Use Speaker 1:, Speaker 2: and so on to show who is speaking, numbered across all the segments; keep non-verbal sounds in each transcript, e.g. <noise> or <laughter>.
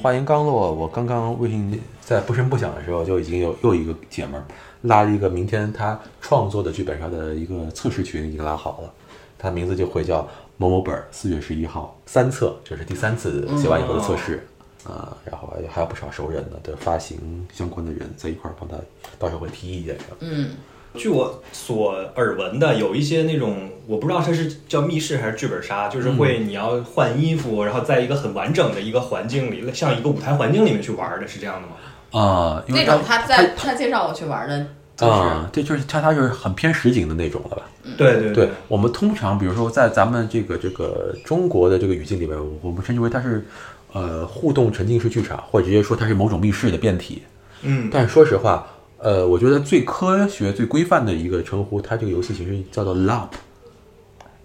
Speaker 1: 话音刚落，我刚刚微信在不声不响的时候，就已经有又一个姐们儿拉了一个明天她创作的剧本上的一个测试群已经拉好了，她名字就会叫某某本儿，四月十一号三测，这是第三次写完以后的测试啊、然后还有不少熟人呢的发行相关的人在一块儿帮她，到时候会提意见什
Speaker 2: 嗯
Speaker 1: 么的。
Speaker 3: 据我所耳闻的，有一些那种我不知道这是叫密室还是剧本杀，就是会你要换衣服，然后在一个很完整的一个环境里，像一个舞台环境里面去玩的，是这样的吗？
Speaker 1: 啊、因
Speaker 2: 那
Speaker 1: 为
Speaker 2: 种他在他介绍我去玩的，就是
Speaker 1: 啊、这就是恰恰就是很偏实景的那种了吧？
Speaker 3: 对对
Speaker 1: 对，我们通常，比如说在咱们这个这个中国的这个语境里边，我们称之为它是呃互动沉浸式剧场，或者直接说它是某种密室的变体。
Speaker 3: 嗯，
Speaker 1: 但是说实话，呃，我觉得最科学、最规范的一个称呼，它这个游戏形式叫做 LARP，L、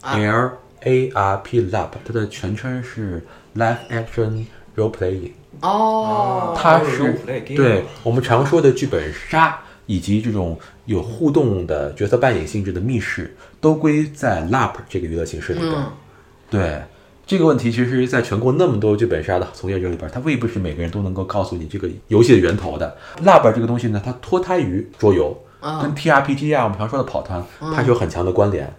Speaker 1: A
Speaker 3: 啊
Speaker 1: R P LARP，它的全称是 Live Action Role Playing。
Speaker 2: 哦，
Speaker 1: 它
Speaker 3: 哦有
Speaker 1: 是
Speaker 3: role play game
Speaker 1: 对我们常说的剧本杀，以及这种有互动的角色扮演性质的密室，都归在 LARP 这个娱乐形式里边。
Speaker 2: 嗯
Speaker 1: 对这个问题，其实在全国那么多剧本杀的从业者里边，它未必是每个人都能够告诉你这个游戏的源头的。LARP 这个东西呢，它脱胎于桌游，
Speaker 2: 嗯
Speaker 1: 跟 TRPG 啊，我们常说的跑团，它是有很强的关联。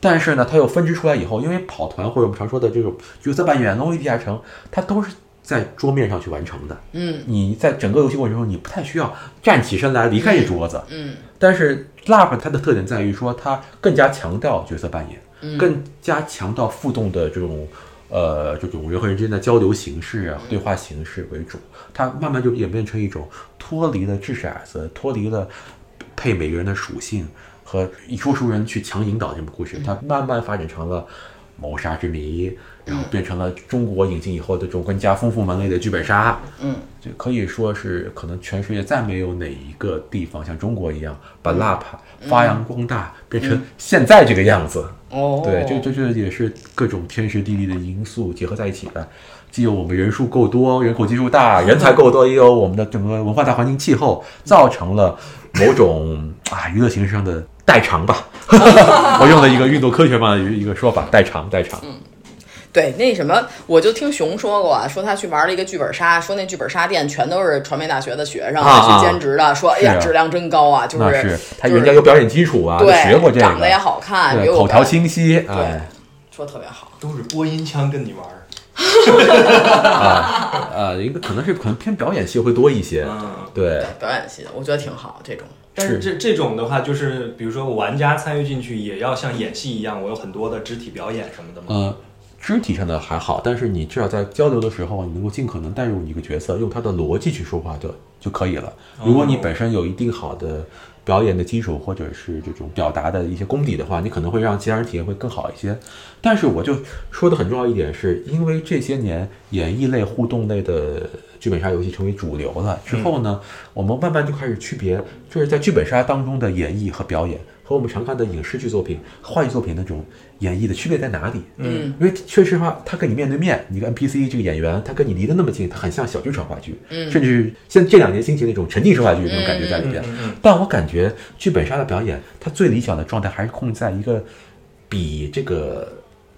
Speaker 1: 但是呢，它又分支出来以后，因为跑团或者我们常说的这种角色扮演、弄一地下城，它都是在桌面上去完成的。
Speaker 2: 嗯
Speaker 1: 你在整个游戏过程中，你不太需要站起身来离开这桌子。
Speaker 2: 嗯
Speaker 1: 但是 LARP 它的特点在于说，它更加强调角色扮演，更加强调互动的这种呃这种人和人之间的交流形式啊、对话形式为主。它慢慢就演变成一种脱离了掷骰子、脱离了配每个人的属性和以说书人去强引导这么故事，它慢慢发展成了。谋杀之谜，然后变成了中国引进以后的这种更加丰富门类的剧本杀，
Speaker 2: 嗯，
Speaker 1: 就可以说是可能全世界再没有哪一个地方像中国一样把
Speaker 2: 嗯
Speaker 1: LARP 发扬光大，变成现在这个样子。
Speaker 2: 哦，
Speaker 1: 对，这这这也是各种天时地利的因素结合在一起的，既有我们人数够多，人口基数大，人才够多，也有我们的整个文化大环境气候，造成了某种啊娱乐形式上的代偿
Speaker 2: <laughs>
Speaker 1: 吧。我用了一个运动科学上的一个说法，代偿，代偿。
Speaker 2: 嗯对，那什么，我就听熊说过啊，说他去玩了一个剧本杀，说那剧本杀店全都是传媒大学的学生
Speaker 1: 啊啊
Speaker 2: 去兼职的，说哎
Speaker 1: 是
Speaker 2: 呀
Speaker 1: 啊
Speaker 2: 质量真高啊，就
Speaker 1: 那
Speaker 2: 是
Speaker 1: 他
Speaker 2: 就是
Speaker 1: 人家有表演基础啊，
Speaker 2: 对
Speaker 1: 学过这个，
Speaker 2: 长得也好看，
Speaker 1: 对
Speaker 2: 比我
Speaker 1: 口条清晰，
Speaker 2: 对
Speaker 1: 哎。
Speaker 2: 说特别好，
Speaker 3: 都是播音腔跟你玩。
Speaker 1: 呃，一个可能是可能偏表演系会多一些，
Speaker 3: 嗯，
Speaker 1: 对，
Speaker 2: 表演系的我觉得挺好，这种
Speaker 3: 但是这这种的话，就是比如说我玩家参与进去，也要像演戏一样，我有很多的肢体表演什么的吗？
Speaker 1: 呃，肢体上的还好，但是你至少在交流的时候，你能够尽可能带入你一个角色，用他的逻辑去说话就就可以了。如果你本身有一定好的表演的基础，或者是这种表达的一些功底的话，你可能会让其他人体验会更好一些。但是我就说的很重要一点是，因为这些年演绎类、互动类的剧本杀游戏成为主流了之后呢，
Speaker 2: 嗯
Speaker 1: 我们慢慢就开始区别，就是在剧本杀当中的演绎和表演，和我们常看的影视剧作品、话剧作品那种演绎的区别在哪里？
Speaker 2: 嗯，
Speaker 1: 因为确实话，他跟你面对面，你个 NPC 这个演员，他跟你离得那么近，他很像小剧场话剧，
Speaker 2: 嗯
Speaker 1: 甚至像这两年兴起那种沉浸式话剧那种感觉在里边。
Speaker 3: 嗯嗯
Speaker 1: 但我感觉剧本杀的表演，它最理想的状态还是控制在一个比这个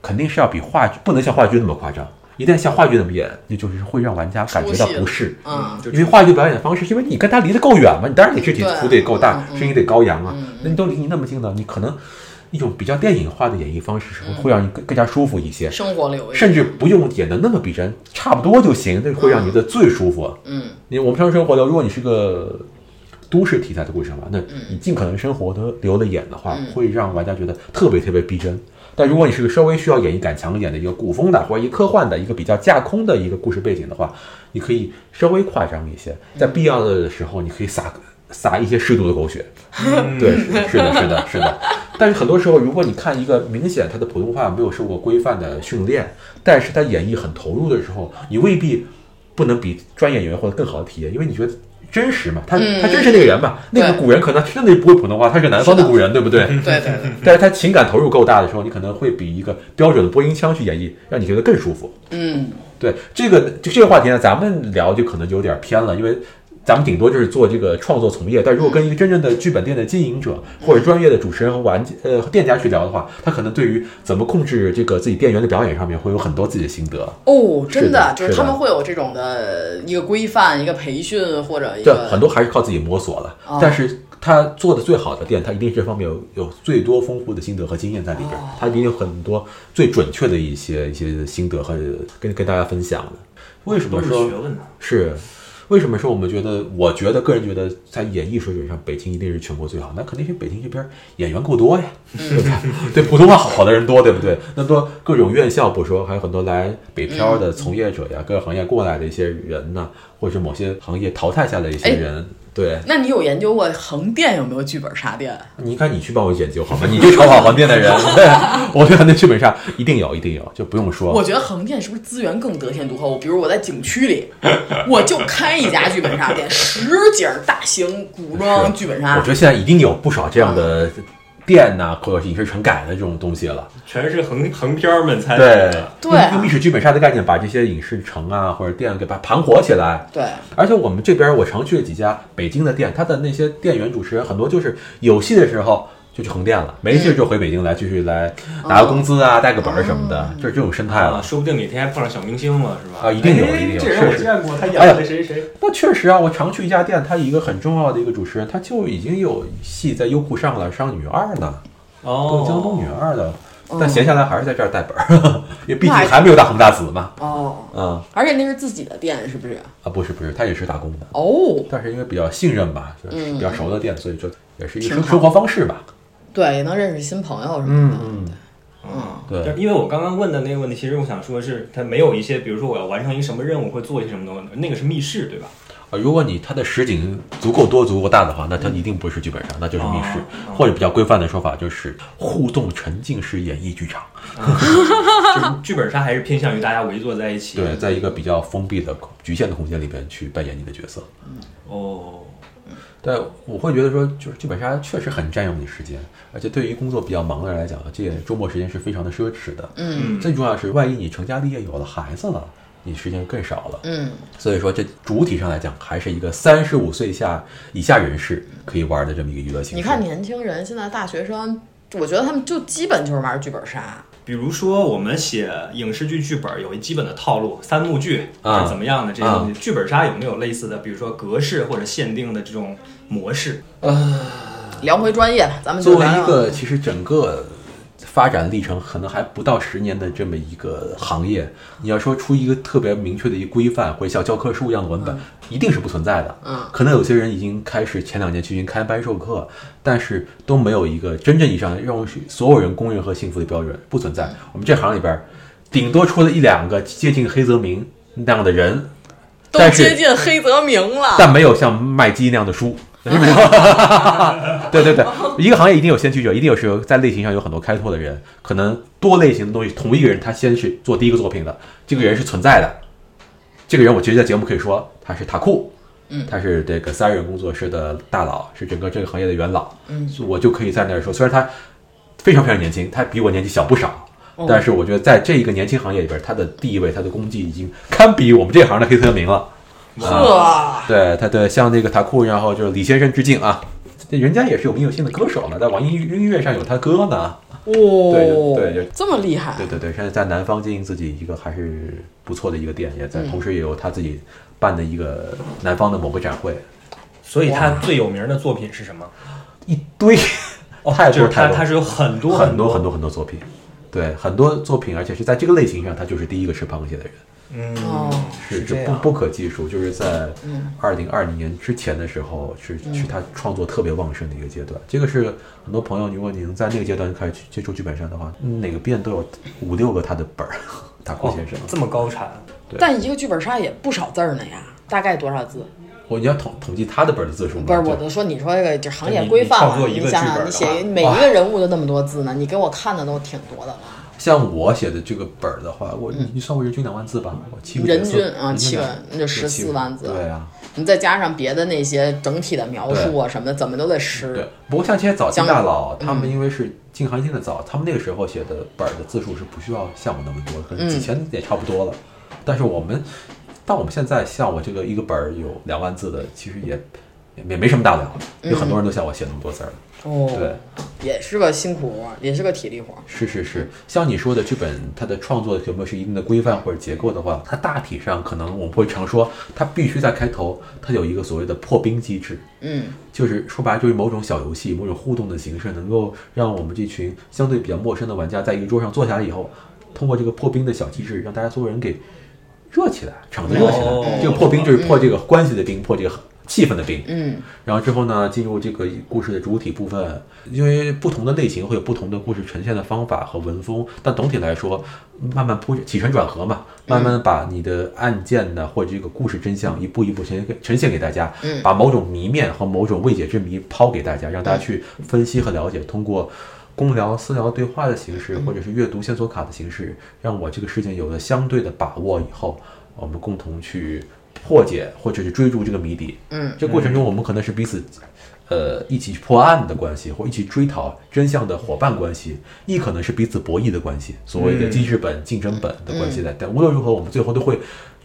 Speaker 1: 肯定是要比话剧不能像话剧那么夸张，一旦像话剧那么演，那就是会让玩家感觉到
Speaker 2: 出戏了
Speaker 1: 不适。
Speaker 2: 嗯，
Speaker 3: 就
Speaker 1: 因为话剧表演方式，因为你跟他离得够远嘛，你当然得肢体
Speaker 2: 对
Speaker 1: 幅度也够大，
Speaker 2: 嗯嗯
Speaker 1: 声音得高扬啊
Speaker 2: 嗯嗯。
Speaker 1: 那你都离你那么近了，你可能一种比较电影化的演绎方式，是会让你更更加舒服一些，
Speaker 2: 生活流一
Speaker 1: 甚至不用演的那么逼真，差不多就行，这会让你觉得最舒服。
Speaker 2: 嗯，
Speaker 1: 你我们平常生活的，如果你是个都市题材的故事嘛，那你尽可能生活的留了演的话，会让玩家觉得特别特别逼真。但如果你是个稍微需要演绎感强一点的一个古风的，或者一个科幻的一个比较架空的一个故事背景的话，你可以稍微夸张一些，在必要的时候，你可以撒撒一些适度的狗血。对，是的，是的，是的。但是很多时候，如果你看一个明显他的普通话没有受过规范的训练，但是他演绎很投入的时候，你未必不能比专业演员获得更好的体验，因为你觉得真实嘛，他、他真是那个人嘛，那个
Speaker 2: 嗯对
Speaker 1: 古人可能真的不会普通话，他是南方的
Speaker 2: 是的
Speaker 1: 古人，对不对？
Speaker 2: 对对对，
Speaker 1: 但是他情感投入够大的时候，你可能会比一个标准的播音腔去演绎，让你觉得更舒服。
Speaker 2: 嗯，
Speaker 1: 对这个就这个话题呢，咱们聊就可能就有点偏了，因为咱们顶多就是做这个创作从业，但如果跟一个真正的剧本店的经营者或者专业的主持人和玩家呃店家去聊的话，他可能对于怎么控制这个自己店员的表演上面会有很多自己的心得。
Speaker 2: 哦，真的
Speaker 1: 是
Speaker 2: 就
Speaker 1: 的
Speaker 2: 是他们会有这种的一个规范、一个培训或者一
Speaker 1: 对，
Speaker 2: 个
Speaker 1: 很多还是靠自己摸索了。
Speaker 2: 哦
Speaker 1: 但是他做的最好的店，他一定这方面有有最多丰富的心得和经验在里边儿，
Speaker 2: 哦
Speaker 1: 他一定有很多最准确的一些一些心得和跟跟大家分享的。为什
Speaker 3: 都
Speaker 1: 么
Speaker 3: 是
Speaker 1: 说
Speaker 3: 学问呢。
Speaker 1: 是？为什么说我们觉得？我觉得个人觉得，在演艺水准上，北京一定是全国最好。那肯定是北京这边演员够多呀，
Speaker 2: 嗯
Speaker 1: <laughs> 对吧？对普通话好的人多，对不对？那么多各种院校不说，还有很多来北漂
Speaker 2: 嗯
Speaker 1: 的从业者呀，各个行业过来的一些人呐、或者是某些行业淘汰下来的一些
Speaker 2: 哎
Speaker 1: 人。对，
Speaker 2: 那你有研究过横店有没有剧本杀店？
Speaker 1: 你看你去帮我研究好吗？你这炒法横店
Speaker 2: <laughs>
Speaker 1: 的人，我对横店剧本杀一定有，一定有，就不用说。
Speaker 2: 我觉得横店是不是资源更得天独厚？比如我在景区里，我就开一家剧本杀店，十景大型古装剧本
Speaker 1: 我
Speaker 2: 杀
Speaker 1: 觉，得现在一定有不少这样的店呐、或者是影视城改的这种东西了。
Speaker 3: 全是横横漂儿们才
Speaker 1: 对
Speaker 2: 对
Speaker 1: 哎用
Speaker 2: 啊
Speaker 1: 用历史剧本杀的概念把这些影视城啊或者店给它盘活起来。
Speaker 2: 对，
Speaker 1: 而且我们这边我常去的几家北京的店，它的那些店员主持人很多就是有戏的时候。就去横店了，没
Speaker 2: 嗯
Speaker 1: 戏就回北京来，继续来
Speaker 2: 哦
Speaker 1: 拿个工资啊，带个本儿什么的，就是这种生态
Speaker 3: 啊，
Speaker 1: 了
Speaker 3: 说不定哪天还碰上小明星了，是吧？
Speaker 1: 哎啊，一定有，
Speaker 3: 哎
Speaker 1: 一定有，
Speaker 3: 这人我
Speaker 1: 是是
Speaker 3: 见过，他演
Speaker 1: 哎呀
Speaker 3: 的谁谁谁。
Speaker 1: 那确实啊，我常去一家店，它一个很重要的一个主持人，他就已经有戏在优酷上了，上《女二》呢，
Speaker 3: 哦
Speaker 1: 《江东女二》的，
Speaker 2: 哦
Speaker 1: 但闲下来还是在这儿带本儿， <laughs> 因为毕竟
Speaker 2: 那还
Speaker 1: 还没有大红大紫嘛。
Speaker 2: 哦，
Speaker 1: 嗯
Speaker 2: 而且那是自己的店，是不是？
Speaker 1: 啊，不是不是，他也是打工的，
Speaker 2: 哦，
Speaker 1: 但是因为比较信任吧，就是
Speaker 2: 嗯
Speaker 1: 比较熟的店，所以说也是一个
Speaker 2: 挺
Speaker 1: 生
Speaker 2: 好
Speaker 1: 生活方式吧。
Speaker 2: 对，也能认识新朋友什么的。
Speaker 1: 嗯，
Speaker 2: 嗯，
Speaker 1: 对
Speaker 3: 但。因为我刚刚问的那个问题，其实我想说的是，他没有一些，比如说我要完成一个什么任务，会做一些什么东西，那个是密室，对吧？
Speaker 1: 啊，如果你它的实景足够多、足够大的话，那它一定不是剧本杀，
Speaker 2: 嗯
Speaker 1: 那就是密室，
Speaker 2: 哦
Speaker 1: 或者比较规范的说法就是互动沉浸式演绎剧场。
Speaker 2: 嗯
Speaker 1: <laughs>
Speaker 3: 就是剧本杀还是偏向于大家围坐在一起。
Speaker 1: 对，在一个比较封闭的空、局限的空间里边去扮演你的角色。
Speaker 3: 哦，
Speaker 1: 但我会觉得说，就是剧本杀确实很占用你时间，而且对于工作比较忙的人来讲，这周末时间是非常的奢侈的。
Speaker 2: 嗯
Speaker 1: 最重要的是，万一你成家立业有了孩子了，你时间更少了。
Speaker 2: 嗯，
Speaker 1: 所以说，这主体上来讲，还是一个三十五岁下以下人士可以玩的这么一个娱乐形式。
Speaker 2: 你看年轻人现在大学生，我觉得他们就基本就是玩剧本杀。
Speaker 3: 比如说我们写影视剧剧本有一基本的套路，三幕剧
Speaker 1: 啊
Speaker 3: 是怎么样的这些东西，剧本杀有没有类似的，比如说格式或者限定的这种模式？
Speaker 2: 聊回专业吧，咱们就
Speaker 1: 作为
Speaker 2: 聊
Speaker 1: 一
Speaker 2: 聊
Speaker 1: 个其实整个发展历程可能还不到十年的这么一个行业，你要说出一个特别明确的一个规范，或者像教科书一样的文本，一定是不存在的。
Speaker 2: 嗯
Speaker 1: 可能有些人已经开始前两年去开班授课，但是都没有一个真正意义上让所有人公认和幸福的标准，不存
Speaker 2: 嗯
Speaker 1: 在。我们这行里边儿，顶多出了一两个接近黑泽明那样的人，
Speaker 2: 都
Speaker 1: 但是
Speaker 2: 接近黑泽明了。
Speaker 1: 但没有像麦基那样的
Speaker 2: <laughs>
Speaker 1: 书。 <laughs> 对对对，一个行业一定有先驱者，一定有是有在类型上有很多开拓的人，可能多类型的东西，同一个人他先是做第一个作品的，这个人是存在的。这个人我其实在节目可以说他是塔库，
Speaker 2: 嗯
Speaker 1: 他是这个三人工作室的大佬，是整个这个行业的元老，嗯，我就可以在那儿说，虽然他非常非常年轻，他比我年纪小不少。
Speaker 2: 哦
Speaker 1: 但是我觉得，在这一个年轻行业里边，他的地位、他的功绩已经堪比我们这行的黑泽明了。
Speaker 2: 呵，
Speaker 1: <laughs> 对他对向那个塔库，然后就是李先生致敬啊。这人家也是有名有姓的歌手呢，在网易音乐上有他歌呢。
Speaker 2: 哦，
Speaker 1: 对对
Speaker 2: 这么厉害
Speaker 1: 对，对对，现在在南方经营自己一个还是不错的一个店，也在同时也有他自己办的一个南方的某个展会，
Speaker 3: 所以他最有名的作品是什么？
Speaker 1: 一堆哦，太
Speaker 3: 就
Speaker 1: 多
Speaker 3: 是
Speaker 1: 太
Speaker 3: 他
Speaker 1: 多
Speaker 3: 他是有很多
Speaker 1: 很
Speaker 3: 多
Speaker 1: 多很多很多作品，对，很多作品，而且是在这个类型上，他就是第一个吃螃蟹的人，
Speaker 2: 哦，
Speaker 1: 是
Speaker 3: 这
Speaker 1: 这
Speaker 3: 样
Speaker 1: 不不可计数，就是在
Speaker 2: 嗯
Speaker 1: 二零二零年之前的时候，是是他创作特别旺盛的一个阶段。这个是很多朋友，如果您在那个阶段开始去接触剧本杀的话，哪个遍都有五六个他的本儿，大哭
Speaker 3: 哦
Speaker 1: 先生。
Speaker 3: 这么高产，
Speaker 1: 对
Speaker 2: 但一个剧本杀也不少字儿呢呀，大概多少字？
Speaker 1: 我你要统统计他的本儿的字数吗？
Speaker 2: 不是我
Speaker 1: 就
Speaker 2: 的说，你说这个这行
Speaker 3: 对
Speaker 2: 业
Speaker 3: 你
Speaker 2: 规范
Speaker 3: 你
Speaker 2: 了
Speaker 3: 创，作一
Speaker 2: 你
Speaker 3: 个
Speaker 2: 想
Speaker 3: 剧本
Speaker 2: 想，
Speaker 3: 的
Speaker 2: 你写
Speaker 3: 话
Speaker 2: 一每一个人物都那么多字呢，你给我看的都挺多的了。
Speaker 1: 像我写的这个本儿的话，我你你算我人均两万字吧，我七个
Speaker 2: 嗯
Speaker 1: 角
Speaker 2: 人
Speaker 1: 色
Speaker 2: 均啊
Speaker 1: 人
Speaker 2: 七
Speaker 1: 两
Speaker 2: 个那就
Speaker 1: 七个
Speaker 2: 14万字
Speaker 1: 对啊，
Speaker 2: 你再加上别的那些整体的描述啊什么的，怎么都得
Speaker 1: 对
Speaker 2: 十。。
Speaker 1: 不过像这些早期
Speaker 2: 江
Speaker 1: 大
Speaker 2: 湖
Speaker 1: 佬，他们因为是进行进的早，他们那个时候写的本儿的字数是不需要像我那么多，可能几
Speaker 2: 嗯
Speaker 1: 千也差不多了。但是我们，但我们现在像我这个一个本儿有两万字的，其实也也也没什么大不了，有很多人都像我写那么多字儿。
Speaker 2: 嗯哦，
Speaker 1: 对，
Speaker 2: 也是个辛苦活，也是个体力活。
Speaker 1: 是是是，像你说的剧本，它的创作有没有是一定的规范或者结构的话，它大体上可能我们会常说，它必须在开头，它有一个所谓的破冰机制，
Speaker 2: 嗯，
Speaker 1: 就是说白了就是某种小游戏、某种互动的形式，能够让我们这群相对比较陌生的玩家在一个桌上坐下来以后，通过这个破冰的小机制，让大家所有人给热起来，场子热起来。
Speaker 3: 哦
Speaker 1: 这个破冰就是破这个关系的冰，破这个气氛的冰。
Speaker 2: 嗯，
Speaker 1: 然后之后呢，进入这个故事的主体部分，因为不同的类型会有不同的故事呈现的方法和文风，但总体来说，慢慢铺起承转合嘛，慢慢地把你的案件呢或者这个故事真相一步一步呈现给呈现给大家，
Speaker 2: 嗯
Speaker 1: 把某种谜面和某种未解之谜抛给大家，让大家去分析和了解，通过。公聊、私聊对话的形
Speaker 2: 嗯
Speaker 1: 式，或者是阅读线索卡的形式，让我这个事件有了相对的把握以后，我们共同去破解或者是追逐这个谜底。
Speaker 2: 嗯，
Speaker 1: 这过程中我们可能是彼此，呃，一起破案的关系，或一起追讨真相的伙伴关系，亦可能是彼此博弈的关系，所谓
Speaker 2: 嗯
Speaker 1: 的机制本、竞争本的关系在。但无论如何，我们最后都会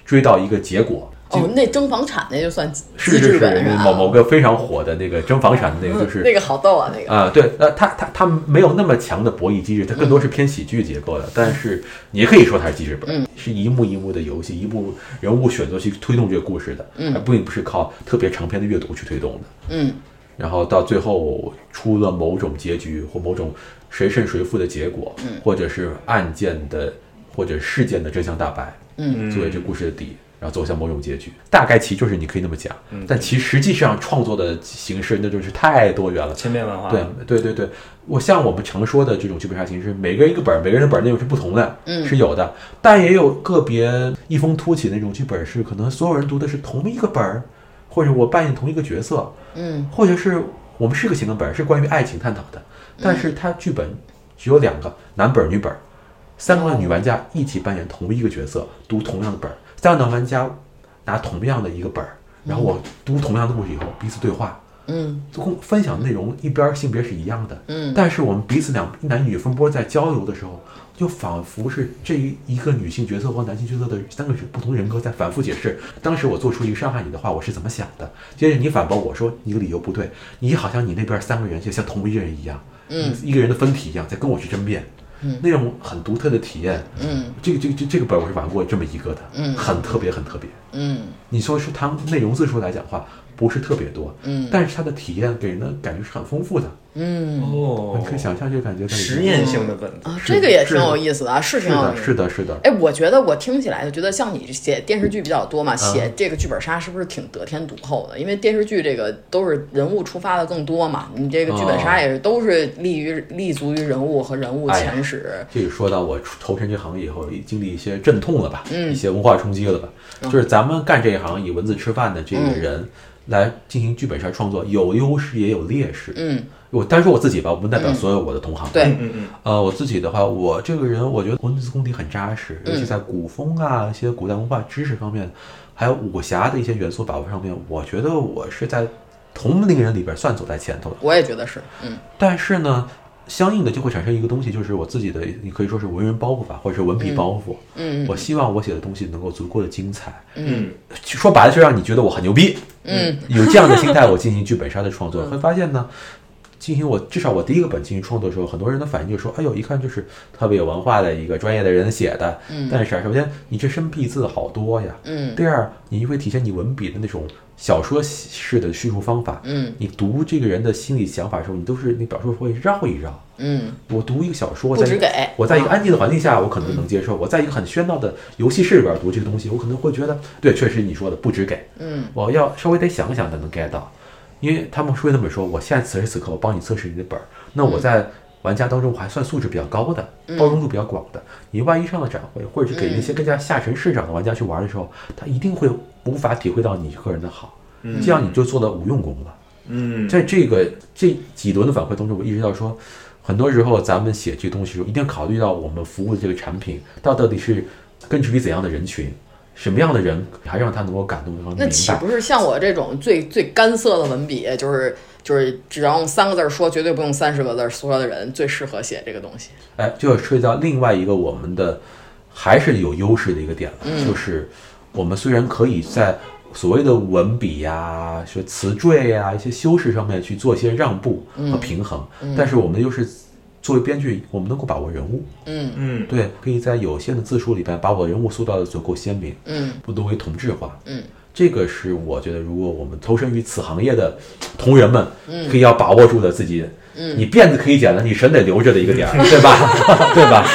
Speaker 1: 追到一个结果。
Speaker 2: 哦，那争房产那就算
Speaker 1: 是
Speaker 2: 机
Speaker 1: 是
Speaker 2: 制
Speaker 1: 是
Speaker 2: 本，吧？
Speaker 1: 某某个非常火的那个争房产的那个，就是
Speaker 2: 那个好逗啊，那个。
Speaker 1: 啊、对，那它它它没有那么强的博弈机制，它更多
Speaker 2: 嗯
Speaker 1: 是偏喜剧结构的。但是你也可以说它是记事本，
Speaker 2: 嗯
Speaker 1: 是一幕一幕的游戏，一幕人物选择去推动这个故事的，而并不是靠特别长篇的阅读去推动的。
Speaker 2: 嗯，
Speaker 1: 然后到最后出了某种结局或某种谁胜谁负的结果，
Speaker 2: 嗯
Speaker 1: 或者是案件的或者事件的真相大白，嗯，作为这故事的底，然后走向某种结局，大概其就是你可以那么讲，但其实际上创作的形式那就是太多元了，
Speaker 3: 千变万化。
Speaker 1: 对对对对，我像我们常说的这种剧本杀形式，每个人一个本儿，每个人的本儿内容是不同的，嗯，是有的，但也有个别一风突起的那种剧本是，可能所有人读的是同一个本儿，或者我扮演同一个角色，
Speaker 2: 嗯，
Speaker 1: 或者是我们是个情感本儿，是关于爱情探讨的，但是它剧本只有两个男本儿女本儿，三个女玩家一起扮演同一个角色，读同样的本儿，三个男玩家拿同样的一个本儿，然后我读同样的故事以后，彼此对话。
Speaker 2: 嗯
Speaker 1: 共分享内容一边儿性别是一样的，
Speaker 2: 嗯
Speaker 1: 但是我们彼此两一男一女分波在交流的时候，就仿佛是这一一个女性角色和男性角色的三个不同人格在反复解释。当时我做出一个伤害你的话，我是怎么想的？接着你反驳我说你的理由不对，你好像你那边三个人就像同一个人一样，嗯，一个人的分体一样在跟我去争辩，嗯，那种很独特的体验，
Speaker 2: 嗯
Speaker 1: 这个这个这这个本儿我是玩过这么一个的，
Speaker 2: 嗯
Speaker 1: 很特别很特别。
Speaker 2: 嗯
Speaker 1: 你说是它内容字数来讲的话，不是特别多，
Speaker 2: 嗯
Speaker 1: 但是它的体验给人的感觉是很丰富的，
Speaker 2: 嗯，
Speaker 3: 哦
Speaker 1: 你，可以想象这个感觉在里面。
Speaker 3: 实验性的本子，
Speaker 2: 啊，
Speaker 1: 是
Speaker 2: 这个也
Speaker 1: 是
Speaker 2: 挺有意思的啊，是
Speaker 1: 是
Speaker 2: 挺有意
Speaker 1: 的，
Speaker 2: 思
Speaker 1: 是的，是的。
Speaker 2: 哎，我觉得我听起来就觉得像你写电视剧比较
Speaker 1: 嗯
Speaker 2: 多嘛，写这个剧本杀是不是挺得天独厚的？因为电视剧这个都是人物出发的更多嘛，你这个剧本
Speaker 1: 哦
Speaker 2: 杀也是都是立于立足于人物和人物
Speaker 1: 哎
Speaker 2: 前史。
Speaker 1: 这个说到我出投身这行以后，也经历一些阵痛了吧，
Speaker 2: 嗯
Speaker 1: 一些文化冲击了吧。就是咱们干这一行以文字吃饭的这个
Speaker 2: 嗯
Speaker 1: 人，来进行剧本杀创作，有优势也有劣势。
Speaker 2: 嗯，
Speaker 1: 我单说我自己吧，我不代表所有我的同行。
Speaker 2: 对，
Speaker 1: 呃，我自己的话，我这个人我觉得文字功底很扎实，
Speaker 2: 嗯
Speaker 1: 尤其在古风啊、一些古代文化知识方面，还有武侠的一些元素把握上面，我觉得我是在同龄人里边算走在前头的。
Speaker 2: 我也觉得是，嗯
Speaker 1: 但是呢，相应的就会产生一个东西，就是我自己的，你可以说是文人包袱吧，或者是文笔包袱。
Speaker 2: 嗯
Speaker 1: 我希望我写的东西能够足够的精彩，
Speaker 3: 嗯，
Speaker 1: 说白了就让你觉得我很牛逼。
Speaker 2: 嗯 <laughs>
Speaker 1: 有这样的心态，我进行剧本杀的创作，会发现呢，进行我至少我第一个本进行创作的时候，很多人的反应就是说，哎呦，一看就是特别有文化的一个专业的人写的。嗯，但是啊，首先你这生僻字好多呀。
Speaker 2: 嗯，
Speaker 1: 第二，你会体现你文笔的那种小说式的叙述方法。
Speaker 2: 嗯
Speaker 1: 你读这个人的心理想法的时候，你都是那表述会绕一绕。
Speaker 2: 嗯，
Speaker 1: 我读一个小说，
Speaker 2: 不
Speaker 1: 在
Speaker 2: 止
Speaker 1: 一个
Speaker 2: 给嗯啊
Speaker 1: 我在一个哎安静的环境下，我可能能接受；我在一个很喧闹的游戏室里边读这个东西，我可能会觉得，对，确实你说的不止给，
Speaker 2: 嗯，
Speaker 1: 我要稍微得想想才能 get 到，因为他们说那本说，我现在此时此刻我帮你测试你的本儿，那我在玩家当中我还算素质比较高的，包容度比较广的，你万一上了展会，或者是给那些更加下沉市场的玩家去玩的时候，他一定会无法体会到你个人的好，这样你就做的无用功了。
Speaker 3: 嗯，
Speaker 1: 在这个这几轮的反馈当中，我意识到说，很多时候咱们写这东西的时候，一定要考虑到我们服务的这个产品，它到底是根植于怎样的人群，什么样的人，还让他能够感动，让他
Speaker 2: 那
Speaker 1: 明
Speaker 2: 岂
Speaker 1: 白。
Speaker 2: 不是像我这种最最干涩的文笔，就是就是只要用三个字儿说，绝对不用三十个字儿说的人，最适合写这个东西。
Speaker 1: 哎，就要涉及到另外一个我们的还是有优势的一个点了，就是我们虽然可以在所谓的文笔呀、说词缀呀、一些修饰上面去做一些让步和平衡，但是我们的优势作为编剧，我们能够把握人物。
Speaker 2: 嗯
Speaker 3: 嗯
Speaker 1: 对，可以在有限的字数里边把我人物塑造的足够鲜明，
Speaker 2: 嗯
Speaker 1: 不沦为同质化。
Speaker 2: 嗯，
Speaker 1: 这个是我觉得，如果我们投身于此行业的同仁们，可以要把握住的自己。嗯，你辫子可以剪了，你神得留着的一个点儿，对吧？对吧？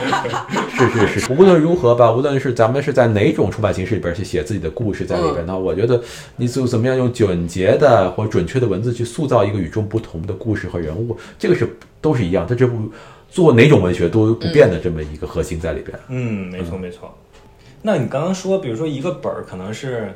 Speaker 1: <laughs> 是是是，无论如何吧，无论是咱们是在哪种出版形式里边去写自己的故事在里边呢，那我觉得你就怎么样用简洁的或者准确的文字去塑造一个与众不同的故事和人物，这个是都是一样，它这部做哪种文学都不变的这么一个核心在里边。
Speaker 3: 嗯，没错没错。那你刚刚说，比如说一个本儿可能是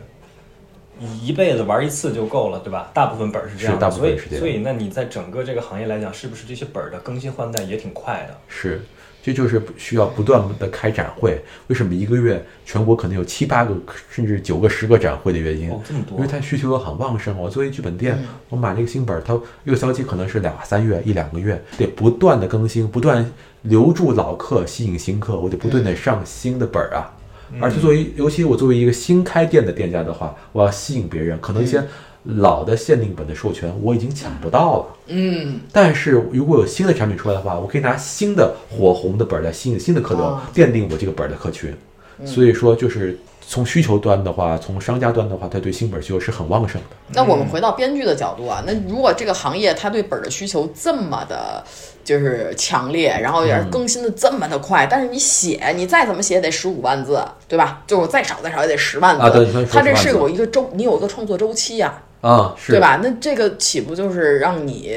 Speaker 3: 一辈子玩一次就够了，对吧？大部分本儿是这样
Speaker 1: 是
Speaker 3: 的，
Speaker 1: 大部分
Speaker 3: 所以
Speaker 1: 是这样
Speaker 3: 所以那你在整个这个行业来讲，是不是这些本儿的更新换代也挺快的？
Speaker 1: 是，这就是需要不断的开展会。为什么一个月全国可能有七八个甚至九个、十个展会的原因？
Speaker 3: 哦这么多
Speaker 1: 因为它需求很旺盛。我作为剧本店，
Speaker 2: 嗯
Speaker 1: 我买了一个新本儿，它热销期可能是俩三月、一两个月，得不断的更新，不断留住老客，吸引新客，我得不断的上新的本儿啊。
Speaker 2: 嗯
Speaker 1: 而且作为，尤其我作为一个新开店的店家的话，我要吸引别人，可能一
Speaker 2: 嗯
Speaker 1: 些老的限定本的授权我已经抢不到了。
Speaker 2: 嗯，
Speaker 1: 但是如果有新的产品出来的话，我可以拿新的火红的本儿来吸引新的客流，
Speaker 2: 哦
Speaker 1: 奠定我这个本儿的客群。
Speaker 2: 嗯
Speaker 1: 所以说，就是从需求端的话，从商家端的话，他对新本儿需求是很旺盛的。
Speaker 2: 那我们回到编剧的角度啊，那如果这个行业它对本儿的需求这么的，就是强烈，然后
Speaker 1: 嗯
Speaker 2: 也更新的这么的快，但是你写你再怎么写也得十五万字，对吧？就是我再少再少也得十万字。
Speaker 1: 啊对你说
Speaker 2: 它这
Speaker 1: 15万字
Speaker 2: 是有一个周，你有一个创作周期呀、
Speaker 1: 啊，是
Speaker 2: 对？吧？那这个岂不就是让你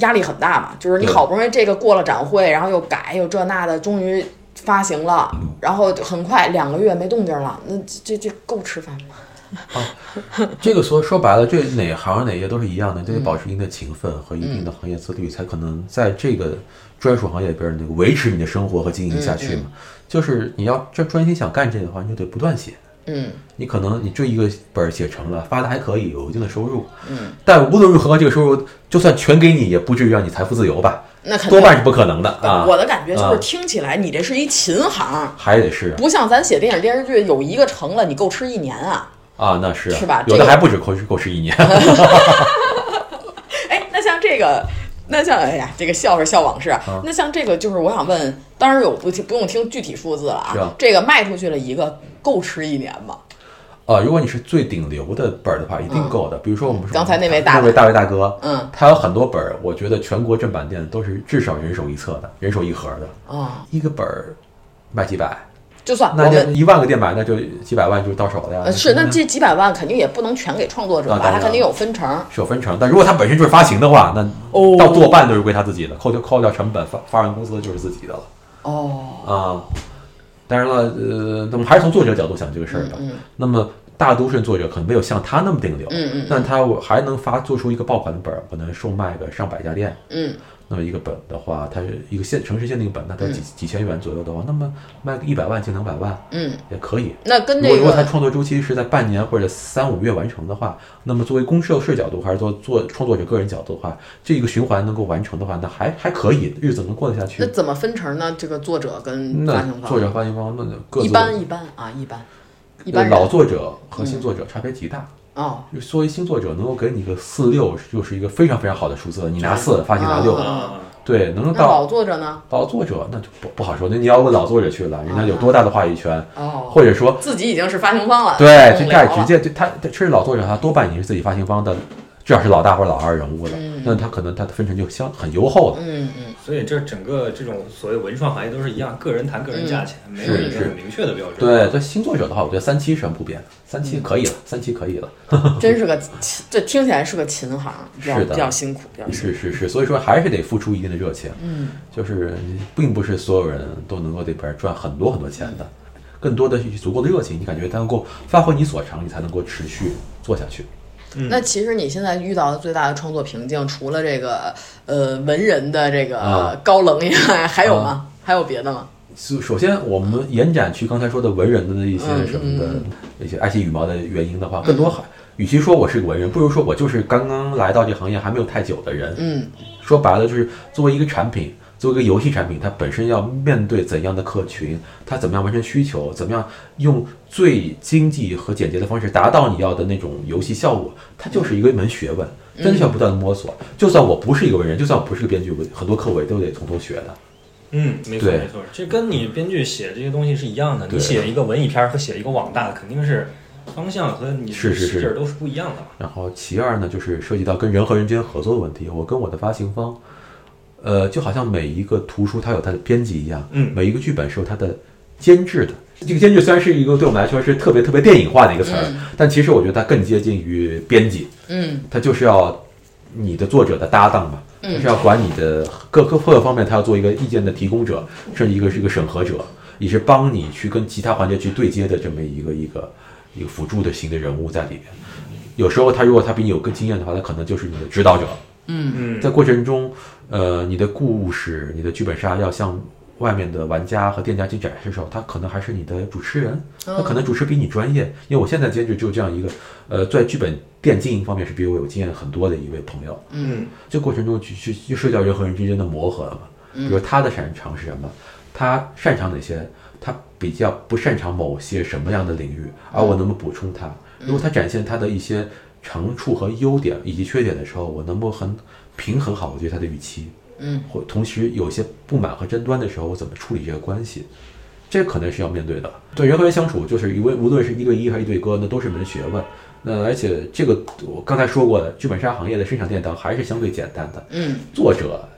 Speaker 2: 压力很大嘛？就是你
Speaker 1: 对
Speaker 2: 好不容易这个过了展会，然后又改又这那的，终于发行了，
Speaker 1: 嗯
Speaker 2: 然后很快两个月没动静了，那这这这够吃饭吗？
Speaker 1: 这个说说白了，这哪行哪业都是一样的，都得保持一定的勤奋和一定的行业自律，才可能在这个专属行业里边儿那个维持你的生活和经营下去嘛。
Speaker 2: 嗯
Speaker 1: 就是你要专专心想干这个的话，你就得不断写。
Speaker 2: 嗯
Speaker 1: 你可能你这一个本儿写成了，发的还可以，有一定的收入，嗯，但无论如何，这个收入就算全给你，也不至于让你财富自由吧？
Speaker 2: 那肯定
Speaker 1: 多半是不可能的啊。
Speaker 2: 呃我的感觉就是
Speaker 1: 啊
Speaker 2: 听起来你这是一琴行，
Speaker 1: 还得是
Speaker 2: 不像咱写电影电视剧有一个成了，你够吃一年啊。
Speaker 1: 啊，那是
Speaker 2: 是吧
Speaker 1: 有
Speaker 2: 这
Speaker 1: 的
Speaker 2: 个
Speaker 1: 还不止够吃够吃一年。 <laughs>
Speaker 2: 哎，那像这个，那像哎呀，这个笑是笑往事啊。那像这个，就是我想问，当然有不不用听具体数字了啊。
Speaker 1: 是啊
Speaker 2: 这个卖出去了一个，够吃一年吗？
Speaker 1: 啊，如果你是最顶流的本儿的话，一定够的。比如说我们说
Speaker 2: 嗯刚才那位大
Speaker 1: 那位
Speaker 2: 大
Speaker 1: 大位大哥，
Speaker 2: 嗯，
Speaker 1: 他有很多本儿，我觉得全国正版店都是至少人手一册的，人手一盒的，
Speaker 2: 啊、
Speaker 1: 一个本儿卖几百，
Speaker 2: 就算
Speaker 1: 那
Speaker 2: 啊我
Speaker 1: 就
Speaker 2: 们。
Speaker 1: 一万个店买，那就几百万就到手了呀
Speaker 2: 呃。是，那这几百万肯定也不能全给创作者
Speaker 1: 啊当
Speaker 2: 吧，
Speaker 1: 然
Speaker 2: 他肯定有分成。
Speaker 1: 是有分成，但如果它本身就是发行的话，那
Speaker 2: 哦
Speaker 1: 到多半都是归他自己的，扣掉扣掉成本，发发行公司就是自己的了
Speaker 2: 哦，
Speaker 1: 啊。当然了，呃，那么还是从作者角度想这个事儿吧。那么大多数作者可能没有像他那么顶流，
Speaker 2: 嗯嗯
Speaker 1: 但他我还能发做出一个爆款的本儿，可能售卖个上百家店。
Speaker 2: 嗯，
Speaker 1: 那么一个本的话，它是一个限城市限定本，那它几几千元左右的话，那么卖个一百万近两百万，
Speaker 2: 嗯，
Speaker 1: 也可以。
Speaker 2: 那跟
Speaker 1: 如果
Speaker 2: 这
Speaker 1: 如果它
Speaker 2: 个
Speaker 1: 创作周期是在半年或者三五月完成的话，那么作为公社社角度，还是做做创作者个人角度的话，这一个循环能够完成的话，那还还可以，日子能过得下
Speaker 2: 那
Speaker 1: 去。
Speaker 2: 怎么分成呢？这个作者跟发
Speaker 1: 那
Speaker 2: 行方
Speaker 1: 作者发行方那各
Speaker 2: 一
Speaker 1: 自呃
Speaker 2: 般一般啊，一般一般人
Speaker 1: 老作者和新作者差别极大。
Speaker 2: 哦，
Speaker 1: 作为新作者，能够给你个四六，就是一个非常非常好的数字了。你拿四，发现拿六，
Speaker 2: 嗯
Speaker 3: 啊，
Speaker 1: 对，能
Speaker 2: 那老
Speaker 1: 到
Speaker 2: 作者呢？
Speaker 1: 到作者那就不不好说，那你要问老作者去了，
Speaker 2: 啊
Speaker 1: 人家有多大的话语权，
Speaker 2: 哦，
Speaker 1: 或者说
Speaker 2: 自己已经是发行方了，
Speaker 1: <laughs> 对，
Speaker 2: 更
Speaker 1: 这
Speaker 2: 无
Speaker 1: 盖
Speaker 2: 聊
Speaker 1: 直
Speaker 2: 了
Speaker 1: 接对他，他其实老作者他多半已经是自己发行方的，至少是老大或者老二人物了，那他可能他的分成就相很优厚了。
Speaker 2: 嗯嗯，
Speaker 3: 所以这整个这种所谓文创行业都是一样，个人谈个人价钱，没有
Speaker 1: 嗯是
Speaker 3: 一个
Speaker 1: 是
Speaker 3: 很明确的标准。
Speaker 1: 对，对新作者的话，我觉得三期是很普遍，三期可以了，三期可以了。
Speaker 2: 嗯真是个勤，这听起来是个琴行，比较
Speaker 1: 是的
Speaker 2: 比较辛苦，比较辛
Speaker 1: 是
Speaker 2: 苦。
Speaker 1: 是是，所以说还是得付出一定的热情。嗯，就是并不是所有人都能够这边赚很多很多钱的，
Speaker 2: 嗯
Speaker 1: 更多的是足够的热情，你感觉它能够发挥你所长，你才能够持续做下去。
Speaker 2: 那其实你现在遇到的最大的创作瓶颈，除了这个呃文人的这个
Speaker 1: 啊
Speaker 2: 高冷以外，还有吗？还有别的吗？
Speaker 1: 所以首先，我们延展去刚才说的文人的那一些什么的，那些爱惜羽毛的原因的话，更多还，与其说我是个文人，不如说我就是刚刚来到这行业还没有太久的人。
Speaker 2: 嗯，
Speaker 1: 说白了就是作为一个产品，作为一个游戏产品，它本身要面对怎样的客群，它怎么样完成需求，怎么样用最经济和简洁的方式达到你要的那种游戏效果，它就是一个一门学问，真的需要不断的摸索。就算我不是一个文人，就算我不是个编剧，我很多课我也都得从头学的。
Speaker 3: 嗯，没错
Speaker 1: 对
Speaker 3: 没错，这跟你编剧写这些东西是一样的。你
Speaker 1: 对
Speaker 3: 写一个文艺片儿和写一个网大，肯定是方向和你
Speaker 1: 是是是
Speaker 3: 使劲儿都是不一样的嘛。
Speaker 1: 然后其二呢，就是涉及到跟人和人之间合作的问题。我跟我的发行方，呃，就好像每一个图书它有它的编辑一样，
Speaker 3: 嗯
Speaker 1: 每一个剧本是有它的监制的。这个监制虽然是一个对我们来说是特别特别电影化的一个词儿，但其实我觉得它更接近于编辑，
Speaker 2: 嗯
Speaker 1: 它就是要你的作者的搭档嘛，它是要管你的各各各个方面，它要做一个意见的提供者，甚至一个是一个审核者，也是帮你去跟其他环节去对接的这么一个一个一个辅助的型的人物在里面。有时候他如果他比你有更经验的话，他可能就是你的指导者。
Speaker 3: 嗯
Speaker 1: 在过程中，呃，你的故事、你的剧本杀要向外面的玩家和店家去展示的时候，他可能还是你的主持人，他可能主持比你专业。因为我现在兼职只有这样一个，呃，在剧本店经营方面是比我有经验很多的一位朋友。
Speaker 3: 嗯，
Speaker 1: 这过程中去去去涉及到人和人之间的磨合了嘛，比如他的擅长是什么，他擅长哪些，他比较不擅长某些什么样的领域，而我能不能补充他？如果他展现他的一些长处和优点以及缺点的时候，我能不能很平衡好我对他的预期？
Speaker 2: 嗯，
Speaker 1: 或同时有些不满和争端的时候，我怎么处理这个关系？这可能是要面对的。对人和人相处，就是一位无论是一对一还是一对多，那都是门学问。那而且这个我刚才说过的，剧本杀行业的生产殿堂还是相对简单的，
Speaker 2: 嗯
Speaker 1: 作者、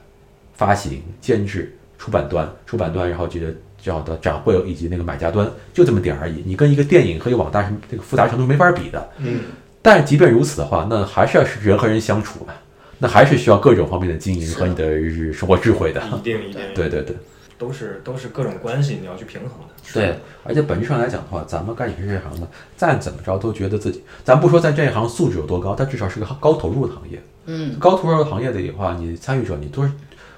Speaker 1: 发行、监制、出版端、出版端，然后这个叫的展会以及那个买家端，就这么点儿而已。你跟一个电影和一个网大是这个复杂程度没法比的。
Speaker 3: 嗯。
Speaker 1: 但即便如此的话，那还是要是人和人相处嘛，那还是需要各种方面的经营和你的日生活智慧的。
Speaker 3: 嗯一定一定，
Speaker 1: 对，对对。
Speaker 3: 都是都是各种关系，你要去平衡的。
Speaker 1: 对，而且本质上来讲的话，咱们干影视这行的，再怎么着都觉得自己，咱不说在这一行素质有多高，但至少是个高投入的行业。
Speaker 2: 嗯
Speaker 1: 高投入的行业里的话，你参与者，你都是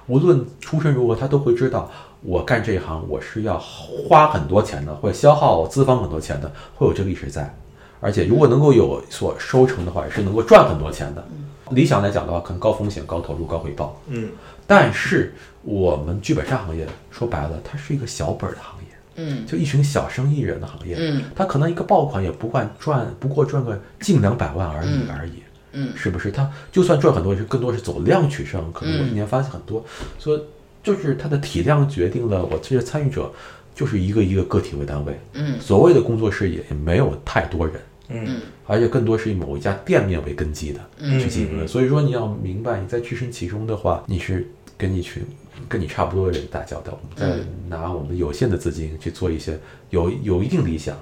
Speaker 1: 无论出身如何，他都会知道，我干这一行我是要花很多钱的，会消耗资方很多钱的，会有这个意识在。而且如果能够有所收成的话，也是能够赚很多钱的。理想来讲的话，可能高风险、高投入、高回报。
Speaker 3: 嗯，
Speaker 1: 但是我们剧本杀行业说白了，它是一个小本儿的行业。
Speaker 2: 嗯
Speaker 1: 就一群小生意人的行业，
Speaker 2: 嗯，
Speaker 1: 他可能一个爆款也不惯赚，不过赚个近两百万而已而已，
Speaker 2: 嗯
Speaker 1: 是不是？他就算赚很多，也是更多是走量取胜，可能我一年发现很多，
Speaker 2: 嗯
Speaker 1: 所以就是它的体量决定了我这些参与者就是一个一个个体为单位，
Speaker 2: 嗯
Speaker 1: 所谓的工作室也也没有太多人，
Speaker 3: 嗯，
Speaker 1: 而且更多是以某一家店面为根基的去经营的。嗯
Speaker 3: 嗯
Speaker 1: 所以说你要明白，你在置身其中的话，你是跟一群跟你差不多的人打交道，我们在拿我们有限的资金去做一些有有一定理想。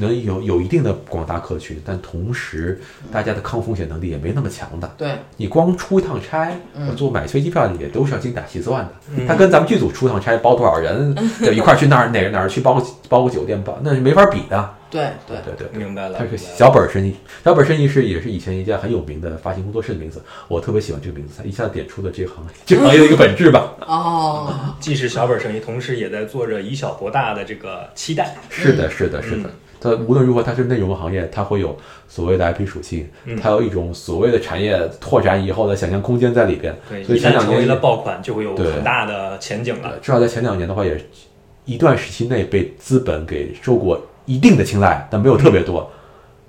Speaker 1: 能有有一定的广大客群，但同时大家的抗风险能力也没那么强大。
Speaker 2: 对，
Speaker 1: 你光出一趟差，我坐买飞机票也都是要精打细算的。他跟咱们剧组出趟差，包多少人，对，一块儿去那儿哪儿哪儿去包个包个酒店，包那是没法比的。
Speaker 2: 对对，
Speaker 1: 对对，
Speaker 3: 明白了。
Speaker 1: 它是
Speaker 3: 明白了
Speaker 1: 小本儿生意，小本儿生意是也是以前一家很有名的发行工作室的名字，我特别喜欢这个名字，它一下点出了这行这行业的一个本质吧。
Speaker 2: 哦，
Speaker 3: 既是小本生意，同时也在做着以小博大的这个期待。
Speaker 1: 是的，是的，是的。它无论如何，它是内容行业，它会有所谓的 IP 属性，它有一种所谓的产业拓展以后的想象空间在里边。
Speaker 3: 对，
Speaker 1: 所以
Speaker 3: 一
Speaker 1: 前
Speaker 3: 旦
Speaker 1: 两
Speaker 3: 成为
Speaker 1: 年
Speaker 3: 了爆款，就会有
Speaker 1: 对
Speaker 3: 很大的前景了。
Speaker 1: 呃至少在前两年的话，也一段时期内被资本给受过一定的青睐，但没有特别多。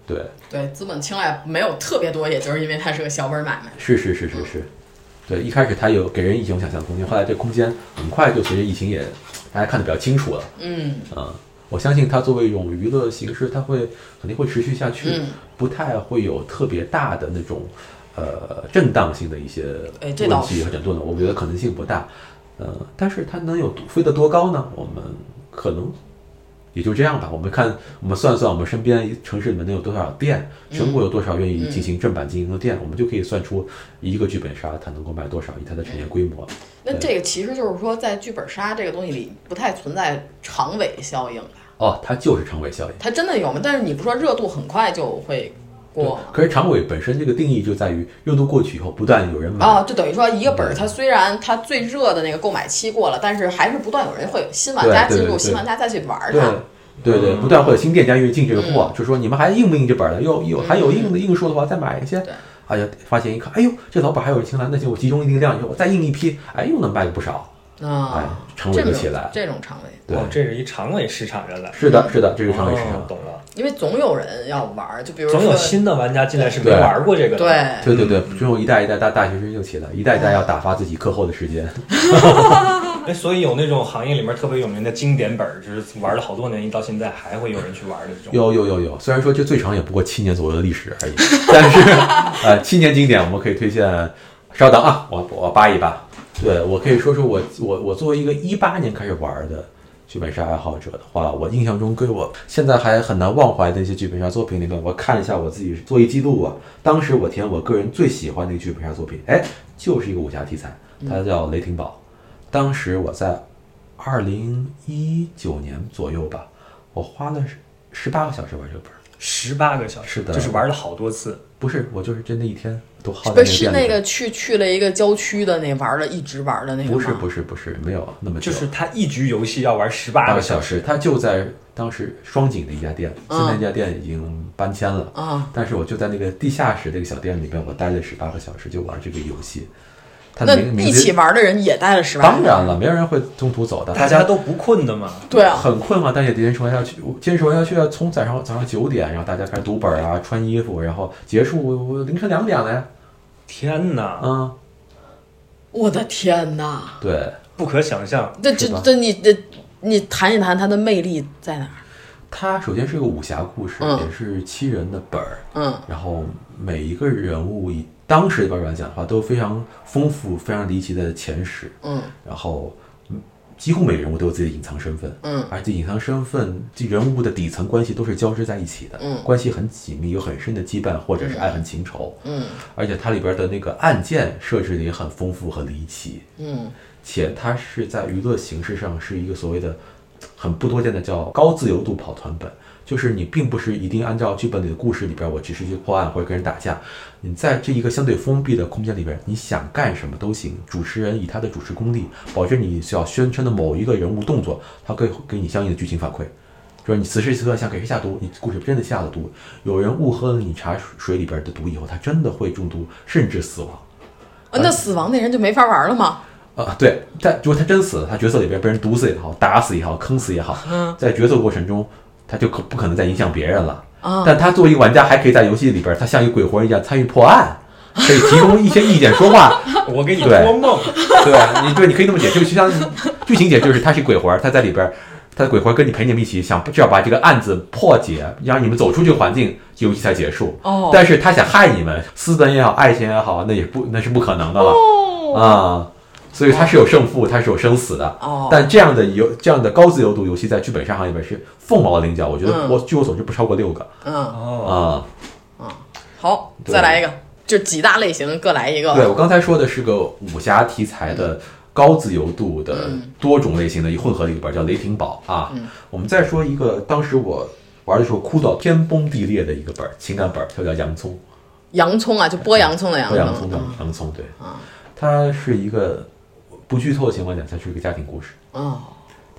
Speaker 1: 对，
Speaker 2: 对，资本青睐没有特别多，也就是因为它是个小本买卖。
Speaker 1: 是是是是是，对，一开始它有给人一种想象空间，后来这空间很快就随着疫情也大家看得比较清楚了，
Speaker 2: 嗯，
Speaker 1: 嗯，我相信它作为一种娱乐形式，它会肯定会持续下去，
Speaker 2: 嗯
Speaker 1: 不太会有特别大的那种呃震荡性的一些
Speaker 2: 哎这
Speaker 1: 问
Speaker 2: 倒
Speaker 1: 题和整顿的，我觉得可能性不大。呃，但是它能有飞得多高呢？我们可能也就这样吧。我们看，我们算算我们身边城市里面能有多少店，全国有多少愿
Speaker 2: 嗯
Speaker 1: 意进行正版经营的店，我们就可以算出一个剧本杀它能够卖多少，以它的产业规模。
Speaker 2: 那这个其实就是说，在剧本杀这个东西里不太存在长尾效应吧？
Speaker 1: 哦，它就是长尾效应。
Speaker 2: 它真的有吗？但是你不说热度很快就会过吗？
Speaker 1: 可是长尾本身这个定义就在于热度过去以后，不断有人买。
Speaker 2: 哦，就等于说一个本儿，它虽然它最热的那个购买期过了，但是还是不断有人会有新玩家
Speaker 1: 对对
Speaker 2: 进入，
Speaker 1: 对
Speaker 2: 新玩家再去玩
Speaker 1: 对
Speaker 2: 它。嗯
Speaker 1: 对对，不断会有新店家愿意进这个货，就说你们还硬不硬这本儿了？有有还有硬的硬数的话，再买一些
Speaker 2: 嗯对。
Speaker 1: 哎呀，发现一看，哎呦，这老板还有人青睐，那行我集中一定量以后，我再印一批，哎，又能卖个不少，哎
Speaker 2: 啊，，
Speaker 1: 成
Speaker 2: 这
Speaker 1: 为就
Speaker 2: 种
Speaker 1: 起来。
Speaker 2: 这种长尾，
Speaker 1: 对，
Speaker 3: 哦，这是一长尾市场人来，
Speaker 1: 是的，是的，这是长尾市
Speaker 3: 哦
Speaker 1: 场。
Speaker 3: 懂了，
Speaker 2: 因为总有人要玩儿，就比如说
Speaker 3: 总有新的玩家进来是没
Speaker 1: 对
Speaker 3: 玩过这个的，
Speaker 2: 对
Speaker 1: 对对对，这种一代一代大大学生就起来，一代一代要打发自己课后的时间。
Speaker 3: 哎，所以有那种行业里面特别有名的经典本儿，就是玩了好多年，到现在还会有人去玩的这种。
Speaker 1: 有有有有，虽然说这最长也不过七年左右的历史而已， <laughs> 但是呃，七年经典我们可以推荐。稍等啊，我我扒一扒。对我可以说说我我我作为一个一八年开始玩的剧本杀爱好者的话，我印象中跟我现在还很难忘怀的一些剧本杀作品里面，我看了一下我自己作业记录啊，当时我填我个人最喜欢的一个剧本杀作品，哎，就是一个武侠题材，它叫《雷霆堡》。当时我在二零一九年左右吧，我花了十八个小时玩这个本儿。
Speaker 3: 十八个小时，
Speaker 1: 是的
Speaker 3: 就是玩了好多次。
Speaker 1: 不是，我就是真的一天都耗在
Speaker 2: 不
Speaker 1: 那个
Speaker 2: 是
Speaker 1: 店里
Speaker 2: 那
Speaker 1: 面
Speaker 2: 个去去了一个郊区的那玩儿的，一直玩儿的那个吗？
Speaker 1: 不是不是不是，没有那么久，
Speaker 3: 就是他一局游戏要玩十八
Speaker 1: 八个
Speaker 3: 个小
Speaker 1: 小
Speaker 3: 时，
Speaker 1: 时，它就在当时双井的一家店，现
Speaker 2: 嗯
Speaker 1: 在那家店已经搬迁了，
Speaker 2: 啊，
Speaker 1: 但是我就在那个地下室那个小店里面，我待了十八个小时就玩这个游戏。它
Speaker 2: 那
Speaker 1: 名名
Speaker 2: 一
Speaker 1: 字
Speaker 2: 起玩儿的人也待了十八。
Speaker 1: 当然了，没有人会中途走的，
Speaker 3: 大家都不困的嘛。
Speaker 2: 对啊，
Speaker 1: 很困嘛，但也坚持玩下去，坚持玩下去啊！从早上早上九点，然后大家开始读本啊、穿衣服，然后结束凌晨两点了呀。
Speaker 3: 天哪，
Speaker 2: 啊
Speaker 1: 嗯，
Speaker 2: 我的天哪！
Speaker 1: 对，
Speaker 3: 不可想
Speaker 2: <laughs>
Speaker 3: 象。
Speaker 2: 这这
Speaker 1: 是吧
Speaker 2: 这你这你谈一谈它的魅力在哪儿？
Speaker 1: 它首先是个武侠故事，
Speaker 2: 嗯
Speaker 1: 也是七人的本儿，
Speaker 2: 嗯
Speaker 1: 然后每一个人物以当时的标准来讲的话，都非常丰富、非常离奇的前史，
Speaker 2: 嗯
Speaker 1: 然后嗯几乎每个人物都有自己的隐藏身份，
Speaker 2: 嗯
Speaker 1: 而且隐藏身份这人物的底层关系都是交织在一起的，
Speaker 2: 嗯
Speaker 1: 关系很紧密，有很深的羁绊或者是爱恨情仇，
Speaker 2: 嗯
Speaker 1: 而且它里边的那个案件设置的也很丰富和离奇，
Speaker 2: 嗯
Speaker 1: 且它是在娱乐形式上是一个所谓的很不多见的叫高自由度跑团本，就是你并不是一定按照剧本里的故事里边，我只是去破案或者跟人打架，你在这一个相对封闭的空间里边，你想干什么都行。主持人以他的主持功力，保证你需要宣称的某一个人物动作，他可以给你相应的剧情反馈。就是你此时此刻想给谁下毒，你故事真的下了毒。有人误喝了你茶水里边的毒以后，他真的会中毒，甚至死亡。
Speaker 2: 啊，那死亡那人就没法玩儿了吗？
Speaker 1: 啊，对，但如果他真死了，他角色里边被人毒死也好，打死也好，坑死也好，在决策过程中，他就可不可能再影响别人了。
Speaker 2: 啊
Speaker 1: 但他作为一个玩家，还可以在游戏里边，他像一个鬼魂一样参与破案，可以提供一些意见说话。
Speaker 3: 我给你
Speaker 1: 对
Speaker 3: 托梦，
Speaker 1: <laughs> 对，你对，你可以这么解释，就像剧情解释就是他是鬼魂，他在里边，他的鬼魂跟你陪你们一起，想至少把这个案子破解，让你们走出这个环境，游戏才结束。
Speaker 2: 哦
Speaker 1: 但是他想害你们，私奔也好，爱情也好，那也不那是不可能的了。啊、所以它是有胜负，它是有生死的。
Speaker 2: 哦
Speaker 1: 但这样的游这样的高自由度游戏在剧本杀行业里面是凤毛麟角，我觉得
Speaker 2: 嗯
Speaker 1: 我、据我所知不超过六个
Speaker 2: 嗯，
Speaker 1: 啊、
Speaker 2: 好，
Speaker 1: 对
Speaker 2: 再来一个，就几大类型各来一个。
Speaker 1: 对我刚才说的是个武侠题材
Speaker 2: 嗯
Speaker 1: 的高自由度的多种类型的一混合的一个本儿叫《雷霆堡》啊。
Speaker 2: 嗯
Speaker 1: 我们再说一个，当时我玩的时候哭到天崩地裂的一个本儿情感本儿，它叫《洋葱》。
Speaker 2: 洋葱啊，就剥洋葱的嗯洋
Speaker 1: 不洋葱
Speaker 2: 葱。
Speaker 1: 的洋葱，对，它是一个不剧透的情况下讲，它是一个家庭故事，
Speaker 2: 哦，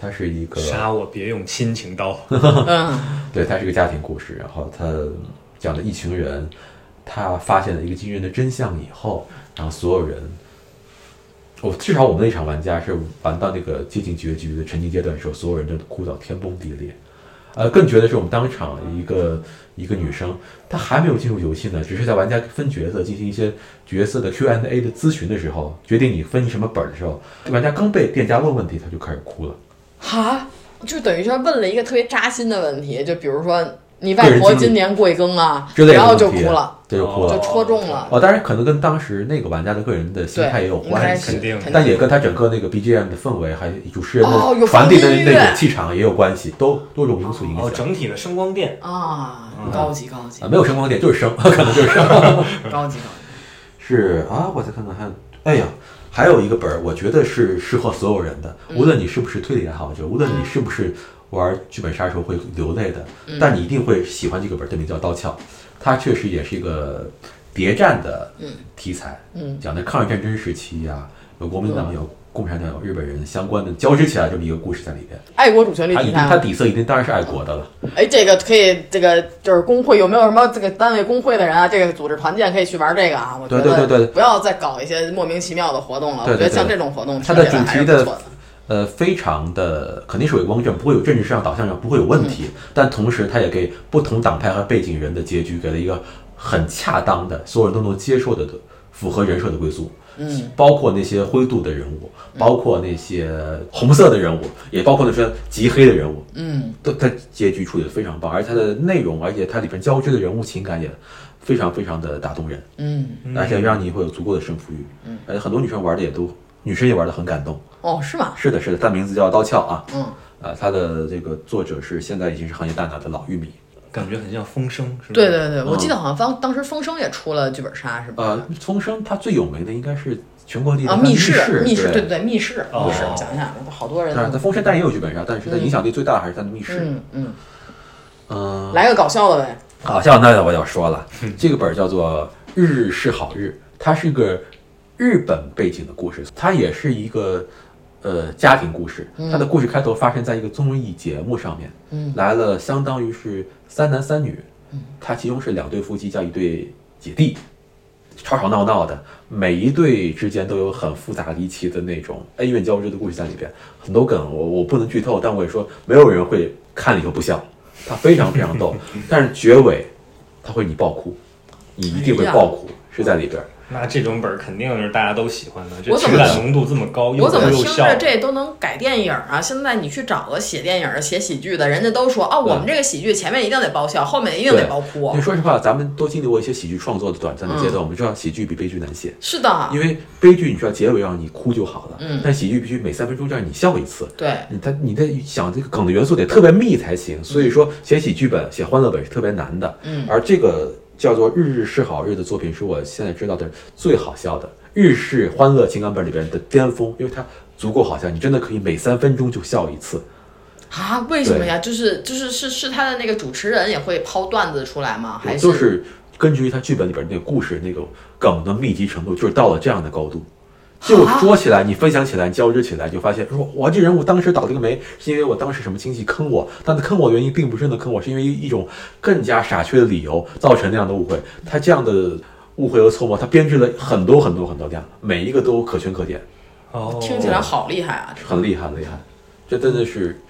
Speaker 1: 它是一个
Speaker 3: 杀我别用亲
Speaker 1: <laughs>
Speaker 3: 情刀。
Speaker 2: 嗯
Speaker 1: 对，它是个家庭故事，然后它讲的一群人，他发现了一个惊人的真相以后，然后所有人，我至少我们那场玩家是玩到那个接近结局的沉浸阶段的时候，所有人都哭到天崩地裂，呃，更绝的是我们当场一个一个女生，她还没有进入游戏呢，只是在玩家分角色进行一些角色的 Q&A 的咨询的时候，决定你分什么本儿的时候，玩家刚被店家问问题，她就开始哭了。
Speaker 2: 哈，就等于说问了一个特别扎心的问题，就比如说你外婆今年贵庚啊，
Speaker 1: 之类的
Speaker 2: 然后
Speaker 1: 问
Speaker 2: 就
Speaker 1: 题啊
Speaker 2: 哭了，
Speaker 1: 这就哭
Speaker 2: 就
Speaker 1: 了。
Speaker 2: 戳中了。
Speaker 1: 哦，当然可能跟当时那个玩家的个人的心
Speaker 2: 对
Speaker 1: 态也有，
Speaker 2: 应该
Speaker 1: 关
Speaker 2: 是
Speaker 1: 系，
Speaker 3: 肯定
Speaker 1: 但也跟他整个那个 BGM 的氛围，还有主持人
Speaker 2: 哦有
Speaker 1: 的传递的
Speaker 2: 放音
Speaker 1: 那
Speaker 2: 乐
Speaker 1: 种气场也有关系，都多种因素影
Speaker 3: 哦，
Speaker 1: 响。
Speaker 3: 整体的声光电，
Speaker 2: 啊，高级高级
Speaker 1: 啊，没有声光点，就是声， <laughs> 可能就是声。
Speaker 2: 高级高级。
Speaker 1: 是啊，我再看看还有，哎呀，还有一个本儿，我觉得是适合所有人的，无论你是不是推理爱好者，无论你是不是玩剧本杀的时候会流泪的，但你一定会喜欢这个本儿，这名叫《刀鞘》，它确实也是一个谍战的题材，
Speaker 2: 嗯
Speaker 1: 讲的抗日战争时期呀、有国民党有。共产党有日本人相关的交织起来这么一个故事在里边，
Speaker 2: 爱国主旋律啊
Speaker 1: 它一
Speaker 2: 题
Speaker 1: 定它
Speaker 2: 材，
Speaker 1: 底色一定当然是爱国的了，
Speaker 2: 哎，这个可以，这个就是工会有没有什么这个单位工会的人啊，这个组织团建可以去玩这个啊。我觉得
Speaker 1: 对对对对
Speaker 2: 不要再搞一些莫名其妙的活动了。
Speaker 1: 对对
Speaker 2: 我觉得像
Speaker 1: 对
Speaker 2: 这种活动，
Speaker 1: 它的
Speaker 2: 听起来
Speaker 1: 主
Speaker 2: 还是
Speaker 1: 题的
Speaker 2: 不错的。
Speaker 1: 呃，非常的肯定是有光正，不会有政治上导向上不会有问题，
Speaker 2: 嗯
Speaker 1: 但同时它也给不同党派和背景人的结局给了一个很恰当的，所有人都能接受的、符合人设的归宿。
Speaker 2: 嗯，
Speaker 1: 包括那些灰度的人物，包括那些红色的人物，也包括那些极黑的人物，
Speaker 2: 嗯，
Speaker 1: 都它结局处理的非常棒，而且它的内容，而且它里边交织的人物情感也非常非常的打动人，
Speaker 2: 嗯，
Speaker 1: 而且让你会有足够的胜负欲。嗯，而且很多女生玩的也都，女生也玩的很感动。
Speaker 2: 哦，是吗？
Speaker 1: 是的，是的，它名字叫《刀鞘》啊。
Speaker 2: 嗯，
Speaker 1: 呃，它的这个作者是现在已经是行业大拿的老玉米。
Speaker 3: 感觉很像风声，是吧？
Speaker 2: 对对对，我记得好像当当时风声也出了剧本杀，是吧？
Speaker 1: 呃，风声它最有名的应该是全国第一
Speaker 2: 啊，
Speaker 1: 的
Speaker 2: 密
Speaker 1: 室，
Speaker 2: 室，密室，对
Speaker 1: 对
Speaker 2: 对。对，密室，密室，讲一下，好多人
Speaker 1: 但是它
Speaker 2: 都，
Speaker 1: 风声当然也有剧本杀，但是它影响力最大还是它的密室。
Speaker 2: 嗯嗯，
Speaker 1: 嗯，
Speaker 2: 来个搞笑的呗，
Speaker 1: 好像那我要说了，这个本儿叫做《日是好日》，它是个日本背景的故事，它也是一个呃家庭故事。它的故事开头发生在一个综艺节目上面，
Speaker 2: 嗯
Speaker 1: 来了相当于是三男三女，它其中是两对夫妻加一对姐弟，吵吵闹闹的，每一对之间都有很复杂离奇的那种恩怨交织的故事在里边，很多梗我我不能剧透，但我也说没有人会看了以后不笑，它非常非常逗，但是结尾它会你爆哭，你一定会爆哭，是在里边。
Speaker 3: 那这种本儿肯定是大家都喜欢的，这
Speaker 2: 我怎
Speaker 3: 情
Speaker 2: 么
Speaker 3: 感浓度这么高，又
Speaker 2: 我怎么
Speaker 3: 哭又
Speaker 2: 听
Speaker 3: 笑
Speaker 2: 着。这都能改电影啊？现在你去找个写电影的、写喜剧的，人家都说啊，我们这个喜剧前面一定得爆笑，后面一定得爆哭
Speaker 1: 因为。说实话，咱们都经历过一些喜剧创作的短暂的阶段，我们知道喜剧比悲剧难写。
Speaker 2: 是的，
Speaker 1: 因为悲剧，你知道结尾让你哭就好了，
Speaker 2: 嗯
Speaker 1: 但喜剧必须每三分钟让你笑一次，
Speaker 2: 对，
Speaker 1: 你他你得想这个梗的元素得特别密才行，所以说写喜剧本、写欢乐本是特别难的。
Speaker 2: 嗯
Speaker 1: 而这个叫做《日日是好日》的作品，是我现在知道的最好笑的日式欢乐情感本里边的巅峰，因为它足够好笑，你真的可以每三分钟就笑一次。
Speaker 2: 啊，为什么呀？就是就是是是他的那个主持人也会抛段子出来吗？还
Speaker 1: 就？是根据它剧本里边那个故事那种梗的密集程度，就是到了这样的高度。
Speaker 2: 啊
Speaker 1: 就说起来，你分享起来，交织起来，就发现说，我这人我当时倒这个霉，是因为我当时什么亲戚坑我，但他坑我的原因并不是真的坑我，是因为一种更加傻缺的理由造成那样的误会。他这样的误会和错误，他编织了很多很多很多这样，每一个都可圈可点，
Speaker 3: 哦，
Speaker 2: 听起来好厉害啊！
Speaker 1: 很厉害很厉害。这真的是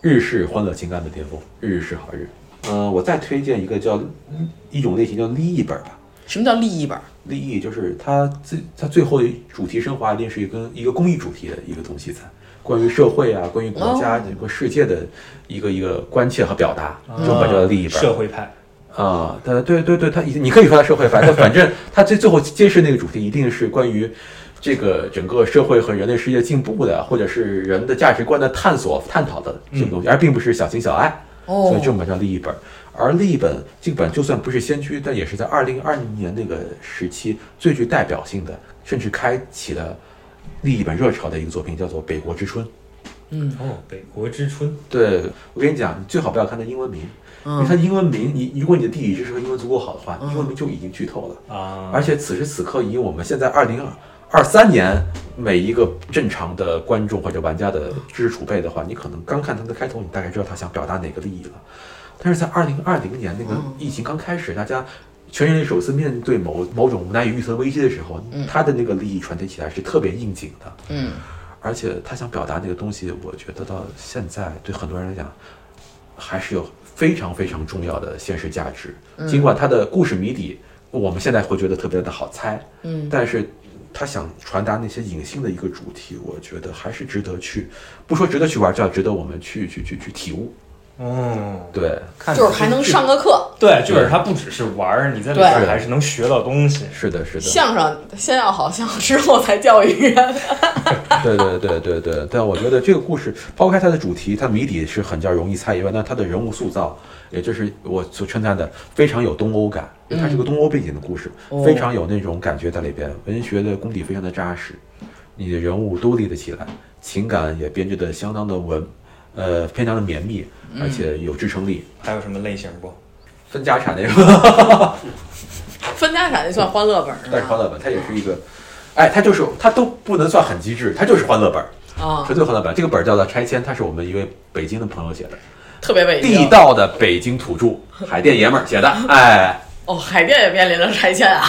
Speaker 1: 日式欢乐情感的巅峰，日式好日。呃，我再推荐一个叫一种类型叫利益本吧，
Speaker 2: 什么叫利益本？
Speaker 1: 利益就是它最它最后的主题升华一定是一个一个公益主题的一个东西在，关于社会啊，关于国家整个世界的一个一个关切和表达，这种本叫利益本
Speaker 3: 社会派，
Speaker 1: 啊，它对对对，它你可以说它社会派，但反正 <laughs> 它最最后揭示那个主题一定是关于。这个整个社会和人类世界进步的，或者是人的价值观的探索、探讨的这种东西，而并不是小情小爱。
Speaker 2: 哦
Speaker 1: 所以这种本叫利益本。而利益本这个本就算不是先驱，但也是在二零二零年那个时期最具代表性的，甚至开启了利益本热潮的一个作品，叫做《北国之春》。
Speaker 2: 嗯
Speaker 3: 哦，北国之春，
Speaker 1: 对我跟你讲，你最好不要看它英文名，因为它英文名，你你如果你的地理知识和英文足够好的话，英文名就已经剧透了。
Speaker 3: 啊
Speaker 1: 而且此时此刻，以我们现在二零二三年每一个正常的观众或者玩家的知识储备的话，你可能刚看它的开头，你大概知道他想表达哪个利益了。但是在二零二零年那个疫情刚开始，大家全人类首次面对某某种难以预测的危机的时候，他的那个利益传递起来是特别应景的。
Speaker 2: 嗯，
Speaker 1: 而且他想表达那个东西，我觉得到现在对很多人来讲，还是有非常非常重要的现实价值。尽管它的故事谜底我们现在会觉得特别的好猜，嗯，但是他想传达那些隐性的一个主题，我觉得还是值得去，不说值得去玩，至少值得我们去去去去体悟。
Speaker 3: 嗯，
Speaker 1: 对，
Speaker 3: 看
Speaker 2: 哦就是还能上个课。
Speaker 3: 对剧本杀不只是玩儿，你在里边儿
Speaker 1: 对
Speaker 3: 还是能学到东西。
Speaker 1: 是的，是的。
Speaker 2: 相声先要好笑，之后才教育人。
Speaker 1: 对对对对对，但我觉得这个故事抛开它的主题，它谜底是很叫容易猜以外，那它的人物塑造，也就是我所称赞的非常有东欧感，因为它是个东欧背景的故事，非常有那种感觉在里边，文学的功底非常的扎实，你的人物都立得起来，情感也编织的相当的稳，呃，非常的绵密，而且有支撑力。
Speaker 3: 还有什么类型不？
Speaker 1: 分家产那个，
Speaker 2: 分家产就算欢乐本儿
Speaker 1: 但是
Speaker 2: 是
Speaker 1: 欢
Speaker 2: 吧？
Speaker 1: 乐本它也是一个，哎，它就是它都不能算很机智，它就是欢乐本儿。
Speaker 2: 啊，
Speaker 1: 纯粹欢乐本，这个本儿叫做《拆迁》，它是我们一位北京的朋友写的，
Speaker 2: 特别伟
Speaker 1: 地道的北京土著，海淀爷们儿写的，哎，
Speaker 2: 哦，海淀也面临着拆迁啊。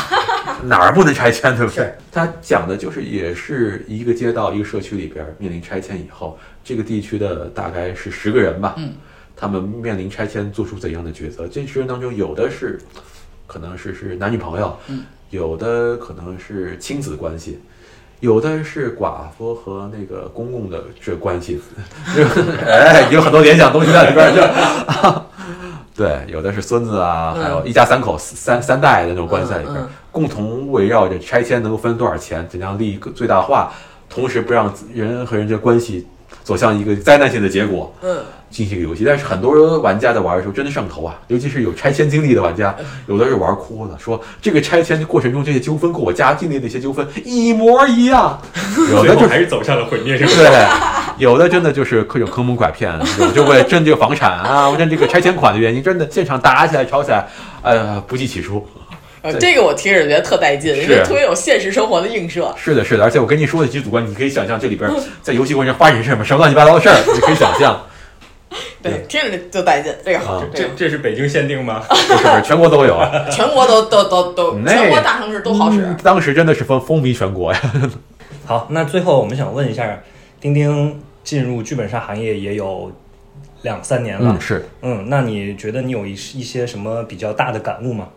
Speaker 1: 哪儿不能拆迁，对不对
Speaker 2: 是？
Speaker 1: 他讲的就是也是一个街道、一个社区里边儿面临拆迁以后，这个地区的大概是十个人吧，
Speaker 2: 嗯，
Speaker 1: 他们面临拆迁做出怎样的抉择？这十人当中，有的是可能是是男女朋友，
Speaker 2: 嗯，
Speaker 1: 有的可能是亲子关系。有的是寡妇和那个公公的这关系， <laughs> 哎，有很多联想东西在里边儿，就 <laughs> 对，有的是孙子啊，
Speaker 2: 嗯
Speaker 1: 还有一家三口、三三代的那种关系在里边，
Speaker 2: 嗯嗯
Speaker 1: 共同围绕着拆迁能够分多少钱，怎样利益最大化，同时不让人和人之间关系走向一个灾难性的结果，
Speaker 2: 嗯，
Speaker 1: 进行一个游戏。但是很多玩家在玩的时候真的上头啊，尤其是有拆迁经历的玩家，
Speaker 2: 嗯
Speaker 1: 有的是玩哭了，说这个拆迁过程中这些纠纷跟我家境内那些纠纷一模一
Speaker 2: <laughs>
Speaker 1: 样，有
Speaker 3: 最
Speaker 1: 的就是
Speaker 3: 后还是走向了毁灭性。
Speaker 1: 对，有的真的就是各种坑蒙拐骗，有就为了挣这个房产啊，为挣这个拆迁款的原因，真的现场打起来、吵起来，呃，不计其数。
Speaker 2: 呃
Speaker 1: 对
Speaker 2: 这个我听着觉得特带劲，
Speaker 1: 是
Speaker 2: 因为特别有现实生活的映射。
Speaker 1: 是的，是的，而且我跟你说的几主观，你可以想象这里边在游戏过程中发生什么什么乱七八糟的事儿，你可以想象，
Speaker 2: 对，听着就带劲，这个好
Speaker 1: 啊，
Speaker 3: 这
Speaker 2: 这个
Speaker 3: 这是北京限定吗？
Speaker 1: 不是不是全国都有啊。
Speaker 2: 全国都都都都，
Speaker 1: 那
Speaker 2: 全国大城市都好使
Speaker 1: 嗯。当时真 <laughs> 的是风风靡全国呀。
Speaker 3: 好，那最后我们想问一下，丁丁进入剧本杀行业也有两三年了，
Speaker 1: 是
Speaker 3: 嗯那你觉得你有一一些什么比较大的感悟吗？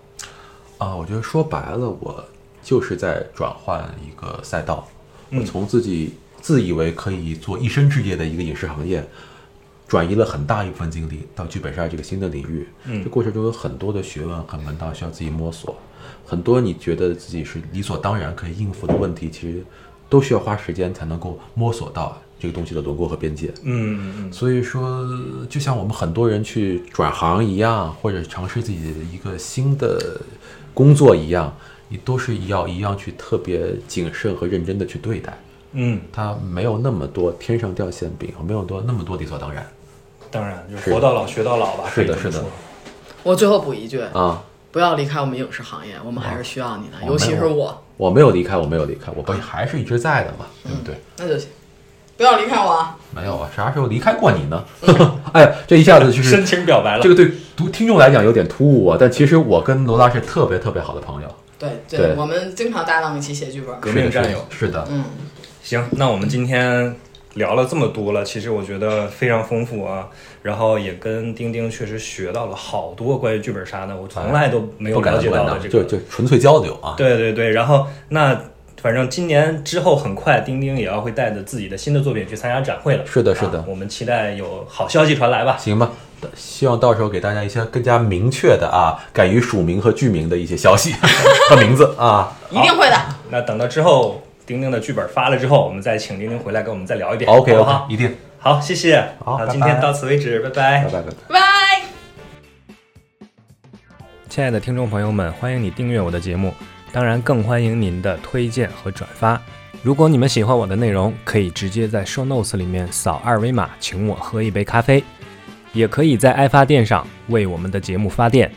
Speaker 1: 啊，我觉得说白了，我就是在转换一个赛道，我
Speaker 3: 嗯
Speaker 1: 从自己自以为可以做一生志业的一个影视行业，转移了很大一部分精力到剧本杀这个新的领域。嗯，这过程中有很多的学问和门道需要自己摸索，很多你觉得自己是理所当然可以应付的问题，其实都需要花时间才能够摸索到这个东西的轮廓和边界。
Speaker 3: 嗯嗯
Speaker 1: 所以说，就像我们很多人去转行一样，或者尝试自己的一个新的工作一样，你都是要一样去特别谨慎和认真的去对待。
Speaker 3: 嗯，
Speaker 1: 它没有那么多天上掉馅饼，没有多那么多理所当然
Speaker 3: 当然就是
Speaker 1: 是
Speaker 3: 活到老学到老吧，
Speaker 1: 是的
Speaker 3: 可以这么
Speaker 1: 是的
Speaker 3: 说
Speaker 2: 我最后补一句，
Speaker 1: 啊！
Speaker 2: 不要离开我们影视行业，我们还是需要你的，
Speaker 1: 哦
Speaker 2: 尤其是
Speaker 1: 没有
Speaker 2: 我，
Speaker 1: 我没有离开，我没有离开，我不还是一直在的嘛，对不对？
Speaker 2: 那就行，不要离开我啊！
Speaker 1: 没有啊，啥时候离开过你呢？ <laughs> 哎，这一下子就是
Speaker 3: 深情表白了，
Speaker 1: 这个对读听众来讲有点突兀啊，但其实我跟罗拉是特别特别好的朋友，
Speaker 2: 对
Speaker 1: 对
Speaker 2: 我们经常搭档一起写剧本。
Speaker 3: 革命战友。
Speaker 1: 是的，
Speaker 2: 嗯，
Speaker 3: 行，那我们今天聊了这么多了，其实我觉得非常丰富啊，然后也跟丁丁确实学到了好多关于剧本杀的，我从来都没有
Speaker 1: 不敢
Speaker 3: 了解
Speaker 1: 当
Speaker 3: 到
Speaker 1: 管
Speaker 3: 的
Speaker 1: 当，
Speaker 3: 这
Speaker 1: 就
Speaker 3: 个。
Speaker 1: 就纯粹交流啊。
Speaker 3: 对对对，然后那反正今年之后很快，丁丁也要会带着自己的新的作品去参加展会了。
Speaker 1: 是的是的
Speaker 3: 啊我们期待有好消息传来吧。
Speaker 1: 行吧，希望到时候给大家一些更加明确的啊，敢于署名和剧名的一些消息 <laughs> 和名字啊。
Speaker 2: 一定会
Speaker 1: <laughs>
Speaker 2: 的。
Speaker 3: 那等到之后丁丁的剧本发了之后，我们再请丁丁回来跟我们再聊一遍
Speaker 1: OK
Speaker 3: <laughs> 好啊
Speaker 1: OK，
Speaker 3: 不好？
Speaker 1: 一定，
Speaker 3: 好，谢谢。
Speaker 1: 好拜拜
Speaker 3: 今天到此为止，拜
Speaker 1: 拜拜拜拜。
Speaker 2: 拜拜。
Speaker 4: 亲爱的听众朋友们，欢迎你订阅我的节目，当然更欢迎您的推荐和转发。如果你们喜欢我的内容，可以直接在 Show Notes 里面扫二维码，请我喝一杯咖啡，也可以在爱发电上为我们的节目发电。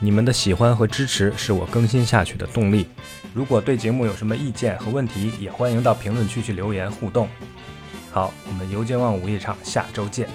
Speaker 4: 你们的喜欢和支持是我更新下去的动力。如果对节目有什么意见和问题，也欢迎到评论区去留言互动。好，我们邮件望午夜场下周见，